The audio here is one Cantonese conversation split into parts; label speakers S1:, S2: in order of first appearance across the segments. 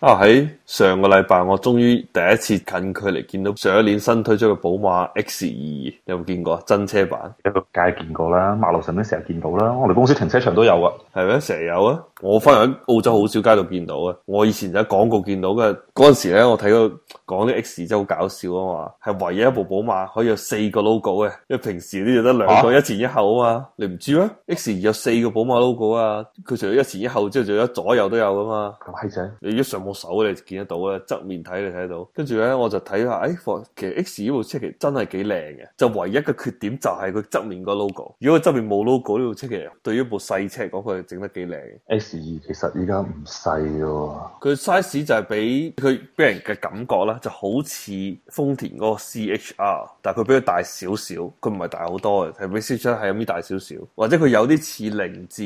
S1: 啊喺上個禮拜，我終於第一次近距離見到上一年新推出嘅寶馬 X 二二，有冇見過啊？真車版
S2: 一個街見過啦，馬路上面成日見到啦，我哋公司停車場都有啊。
S1: 係咩？成日有啊！我翻嚟喺澳洲好少街度見到啊！我以前就喺廣告見到嘅嗰陣時咧，我睇到講啲 X 真係好搞笑啊嘛，係唯一一部寶馬可以有四個 logo 嘅，因為平時呢就得兩個、
S2: 啊
S1: 一前一後啊嘛，你唔知咩？X 二有四個寶馬 logo 啊，佢除咗一前一後之後，仲有一左右都有噶嘛。
S2: 咁閪正，
S1: 你一上我手你就見得到啦，側面睇你睇得到。跟住咧我就睇下，誒、哎，其實 X 呢部車其實真係幾靚嘅，就唯一嘅缺點就係佢側面個 logo。如果佢側面冇 logo 呢部車，其實對於一部細車嚟講，佢係整得幾靚嘅。
S2: X 二其實依家唔細嘅喎，
S1: 佢 size 就係俾佢俾人嘅感覺啦，就好似豐田嗰個 CHR，但係佢比佢大少少，佢唔係大好多嘅，係比 CHR 係有啲大少少，或者佢有啲似凌志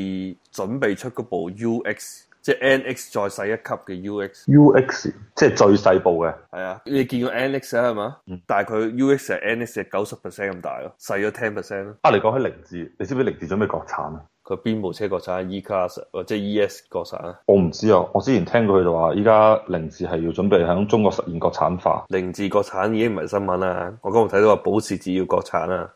S1: 準備出嗰部 UX，即係 NX 再細一級嘅 UX。
S2: UX 即係最細部嘅，
S1: 係啊，你見過 NX 啊係嘛？但係佢 UX 係 NX 嘅九十 percent 咁大咯，細咗 ten percent 咯。
S2: 啊，你講起凌志，你知唔知凌志準備國產啊？
S1: 佢邊部車國產 E Class 啊或者 ES 國產啊？
S2: 我唔知啊，我之前聽過佢就話，依家凌志係要準備喺中國實現國產化。
S1: 凌志國產已經唔係新聞啦。我今日睇到話保時捷要國產 啊。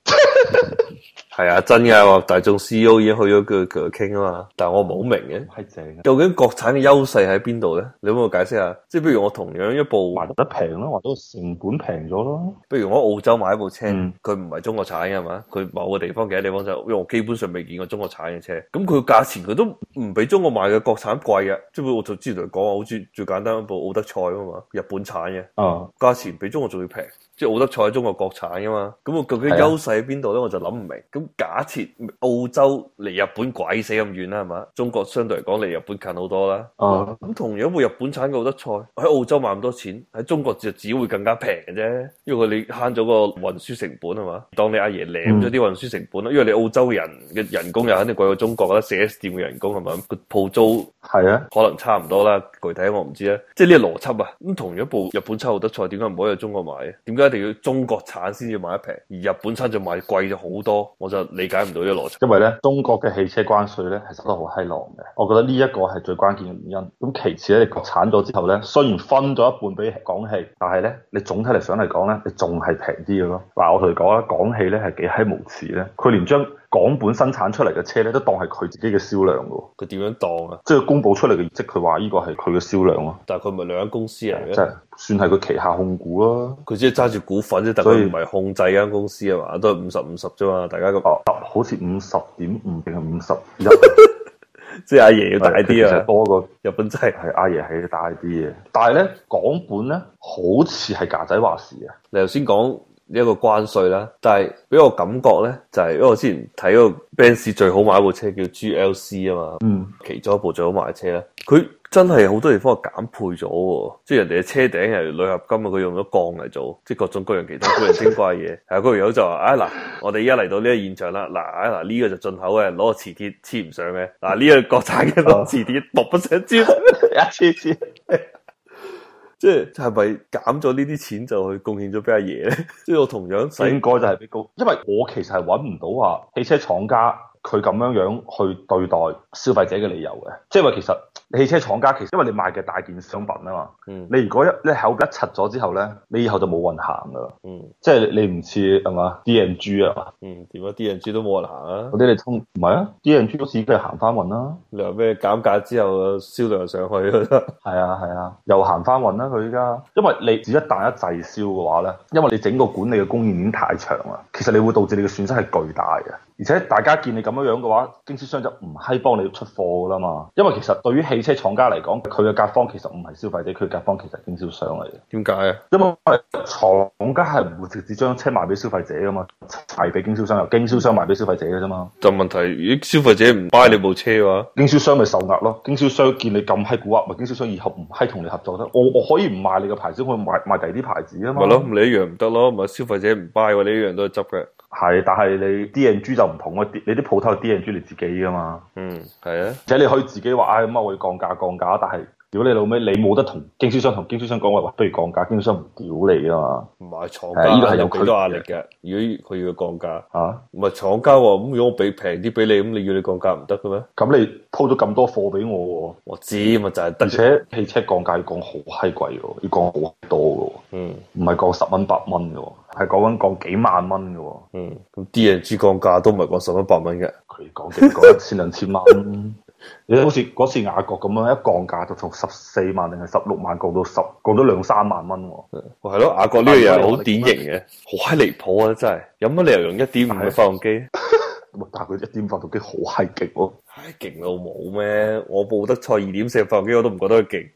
S1: 係啊，真嘅，話大眾 CEO 已經去咗佢佢傾啊嘛，但係我唔好明嘅，
S2: 閪正啊！
S1: 究竟國產嘅優勢喺邊度咧？你可唔可以解釋下？即係譬如我同樣一部，
S2: 賣得平咯，或者成本平咗咯。
S1: 譬如我喺澳洲買一部車，
S2: 嗯
S1: 佢唔係中國產嘅係嘛？佢某個地方其他地方就，因為我基本上未見過中國產嘅車，咁佢價錢佢都唔比中國買嘅國產貴嘅，即係我就之前同佢講話，好似最簡單一部奧德賽啊嘛，日本產嘅。
S2: 啊，
S1: 價錢比中國仲要平，即係奧德賽喺中國國產噶嘛，咁我究竟
S2: 係啊
S1: 優勢喺邊度咧？我就諗唔明。咁假設澳洲離日本鬼死咁遠啦，係嘛？中國相對嚟講離日本近好多啦。
S2: 啊，
S1: 咁同樣部日本產嘅奧德賽喺澳洲賣咁多錢，喺中國就只會更加平嘅啫，因為你慳咗個運輸成本係嘛？當你阿爺舐
S2: 嗯
S1: 咗啲運輸成本啦，因為你澳洲人嘅人工又肯定貴過中國啦，四 S 店嘅人工係咪？個鋪租
S2: 係啊，
S1: 可能差唔多啦，具體我唔知啦。即係呢個邏輯啊，咁同樣一部日本車奧德賽，點解唔可以喺中國買嘅？點解一定要中國產先至買得平，而日本產就賣貴咗好多？我就理解唔到呢個邏輯。
S2: 因為咧中國嘅汽車關稅咧係收得好閪狼嘅，我覺得呢一個係最關鍵嘅原因。咁其次咧，你國產咗之後咧，雖然分咗一半俾港汽，但係咧你總體嚟上嚟講咧，你仲係平啲嘅咯。嗱，我同你講啦，港汽咧係幾閪無恥咧，佢連將港本生產出嚟嘅車咧都當係佢自己嘅銷量嘅喎，
S1: 佢點樣當啊？
S2: 即係公佈出嚟嘅業績，佢話呢個係佢嘅銷量咯，
S1: 但係佢唔係啊兩間公司嚟
S2: 即
S1: 嘅，
S2: 係算係佢旗下控股咯。
S1: 佢只係揸住股份啫，但
S2: 所以
S1: 佢唔係控制間公司啊嘛，都係五十五十啫嘛。大家咁
S2: 哦，好似五十點五定係五十一，
S1: 即係阿爺要大
S2: 其
S1: 啲
S2: 實
S1: 啊！
S2: 多過。
S1: 日本真係
S2: 係阿爺係大啲嘅，但係咧港本咧好似係架仔話事啊嘅，
S1: 你頭先講一個關税啦，但係俾我感覺咧，就係、因為我之前睇嗰個 Benz 最好買部車叫 GLC 啊嘛。
S2: 嗯，
S1: 其中一部最好賣嘅車咧，佢真係好多地方係減配咗喎，即係人哋嘅車頂係鋁合金啊，佢用咗鋼嚟做，即係各種各樣其他古靈精怪嘅嘢。 係啊，嗰條友就話：啊嗱，我哋而家嚟到呢個現場啦，嗱啊嗱呢個就進口嘅，攞個磁鐵黐唔上嘅，嗱呢個國產嘅攞磁鐵噗不上尖，
S2: 一次次
S1: 即係係咪減咗呢啲錢就去貢獻咗俾阿爺咧？ 即係我同樣使
S2: 應該就係比高，因為我其實係揾唔到話汽車廠家佢咁樣樣去對待消費者嘅理由嘅，即係話其實你汽車廠家其實因為你賣嘅大件商品啊嘛，
S1: 嗯
S2: 你如果一你口一柒咗之後咧，你以後就冇運行噶啦，
S1: 嗯
S2: 即係你你唔似係嘛 D N G 啊，
S1: 嗯點啊啲人知都冇人行啊！
S2: 嗰啲你通唔係啊 D N G 都似佢行翻運啦。
S1: 你話咩減價之後銷量上去啊？
S2: 係啊係啊，又行翻運啦佢依家，因為你只一旦一滯銷嘅話咧，因為你整個管理嘅供應鏈太長啦，其實你會導致你嘅損失係巨大嘅，而且大家見你咁樣樣嘅話，經銷商就唔閪幫你出貨噶啦嘛，因為其實對於汽車廠家嚟講，佢嘅甲方其實唔係消費者，佢嘅甲方其實係經銷商嚟嘅，
S1: 點解啊？
S2: 因為廠家係唔會直接將車賣俾消費者噶嘛，賣俾經銷商由經銷商賣俾消費者嘅啫嘛。
S1: 就問題，如果消費者唔 buy 你部車嘅話。
S2: 經銷商咪受壓咯，經銷商見你咁閪蠱惑，咪經銷商以後唔閪同你合作得。我我可以唔賣你嘅牌子，我可以賣賣第二啲牌子啊嘛。
S1: 咪咯，你一樣唔得咯，咪消費者唔 buy 喎，你一樣都係執嘅。
S2: 係，但係你 D N G 就唔同啊，你啲鋪頭係 D N G 你自己噶嘛，
S1: 嗯，係啊，
S2: 哎而且你可以自己話唉咁啊，我要降價降價，但係屌你老味，你冇得同經銷商同經銷商講話，喂，不如降價，經銷商唔屌你啊嘛，
S1: 唔係廠
S2: 係呢個
S1: 家
S2: 係有
S1: 有幾多壓
S2: 區
S1: 力
S2: 別
S1: 嘅。如果佢要降價，
S2: 啊，
S1: 唔係廠家話咁，如果我俾平啲俾你，咁你要你降價唔得嘅咩？
S2: 咁你鋪咗咁多貨俾我喎，
S1: 我知咪就係得
S2: 而。且汽車降價要降好閪貴嘅喎，要降好多嘅喎，
S1: 嗯
S2: 唔係降十蚊八蚊嘅喎，係講緊降幾萬蚊嘅喎，
S1: 嗯，咁 D N G 降價都唔係講十蚊八蚊嘅。
S2: 佢講幾講一千兩千蚊。 你好似嗰次雅閣咁樣，一降價就從十四萬定係十六萬降到十，降咗兩三萬蚊喎。
S1: 哦係咯，雅閣呢樣嘢係好典型嘅，好閪離譜啊！真係，有乜理由用一點五嘅發動機？
S2: 喂但係佢一點發動機好閪勁喎。
S1: 唉，勁到冇咩？我報德賽二點四發動機我都唔覺得佢勁。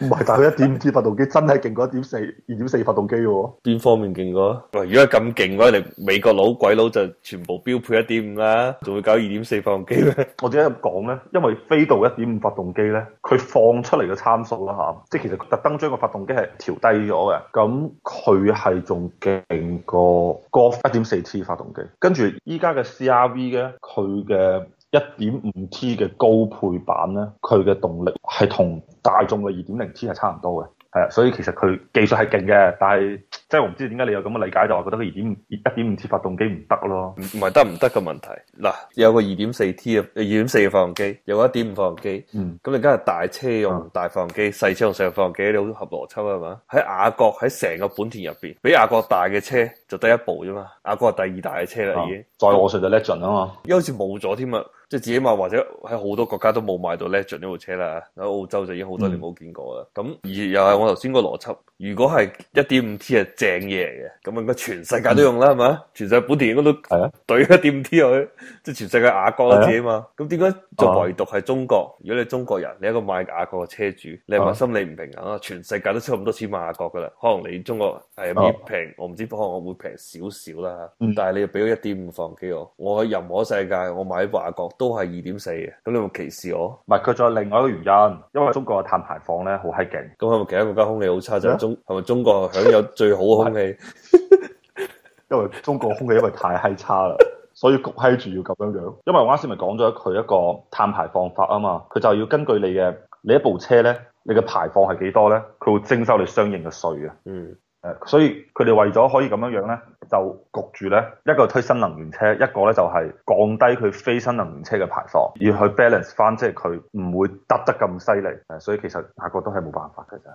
S2: 唔係，但係佢一點五 T 發動機真係勁過一點四、二點四發動機喎。
S1: 邊方面勁過啊？喂，如果係咁勁嘅話，你美國佬鬼佬就全部標配一點五啦，仲會搞二點四發動機咩？
S2: 我點解咁講咧？因為飛度一點五發動機咧，佢放出嚟嘅參數啦嚇，即係其實佢特登將個發動機係調低咗嘅。咁佢係仲勁過 Golf 一點四 T 發動機。跟住依家嘅 CRV 咧，佢嘅一點五 T 嘅高配版咧，佢嘅動力係同大眾嘅二點零 T 係差唔多嘅。係啊，所以其實佢技術係勁嘅，但係即係我唔知點解你有咁嘅理解，就話覺得佢二點五一點五 T 發動機唔得咯。
S1: 唔唔係得唔得嘅問題。嗱，有個二點四 T 嘅二點四嘅發動機，有個一點五發動機。
S2: 嗯，
S1: 咁你梗係大車用
S2: 嗯
S1: 大發動機，細車用細發動機，你好合邏輯啊係嘛？喺雅閣喺成個本田入邊，比雅閣大嘅車就得一部啫嘛，雅閣係第二大嘅車啦已經，
S2: 在啊我上就 legend 啊嘛，
S1: 而家好似冇咗添啊！即係自己買或者喺好多國家都冇買到 Legend 呢部車啦，喺澳洲就已經好多年冇見過
S2: 嗯
S1: 啦。咁、而又係我頭先個邏輯，如果係一點五 T 係正嘢嚟嘅，咁應該全世界都用啦，係嘛、全世界本田應該都
S2: 嗯係啊，
S1: 對一點 T 去，即係全世界雅閣
S2: 係
S1: 都
S2: 啊
S1: 自己嘛。咁點解就
S2: 啊
S1: 唯獨係中國？如果你中國人，你一個買雅閣嘅車主，你係咪
S2: 啊
S1: 心理唔平衡啊？全世界都出咁多錢買雅閣噶啦，可能你中國係
S2: 啊
S1: 咪平？我唔知，可能我會平少少啦。
S2: 嗯
S1: 但係你俾咗一點五放機我，我喺任何世界我買部雅閣都係二點四嘅，咁你有冇歧視我？
S2: 唔係佢仲有另外一個原因，因為中國嘅碳排放咧好閪勁，
S1: 咁係咪其他國家空氣好差就係
S2: 咩啊
S1: 中係咪中國享有最好嘅空氣？
S2: 因為中國空氣因為太閪差啦。所以焗閪住要咁樣樣，因為我啱先咪講咗佢一個碳排放法啊嘛，佢就要根據你嘅你一部車咧，你嘅排放係幾多咧，佢會徵收你相應嘅稅嘅。
S1: 嗯
S2: 誒，所以佢哋為咗可以咁樣樣咧，就焗住咧，一個推新能源車，一個咧就係降低佢非新能源車嘅排放，要去 balance 翻，即係佢唔會得得咁犀利。誒，所以其實雅閣都係冇辦法嘅咋。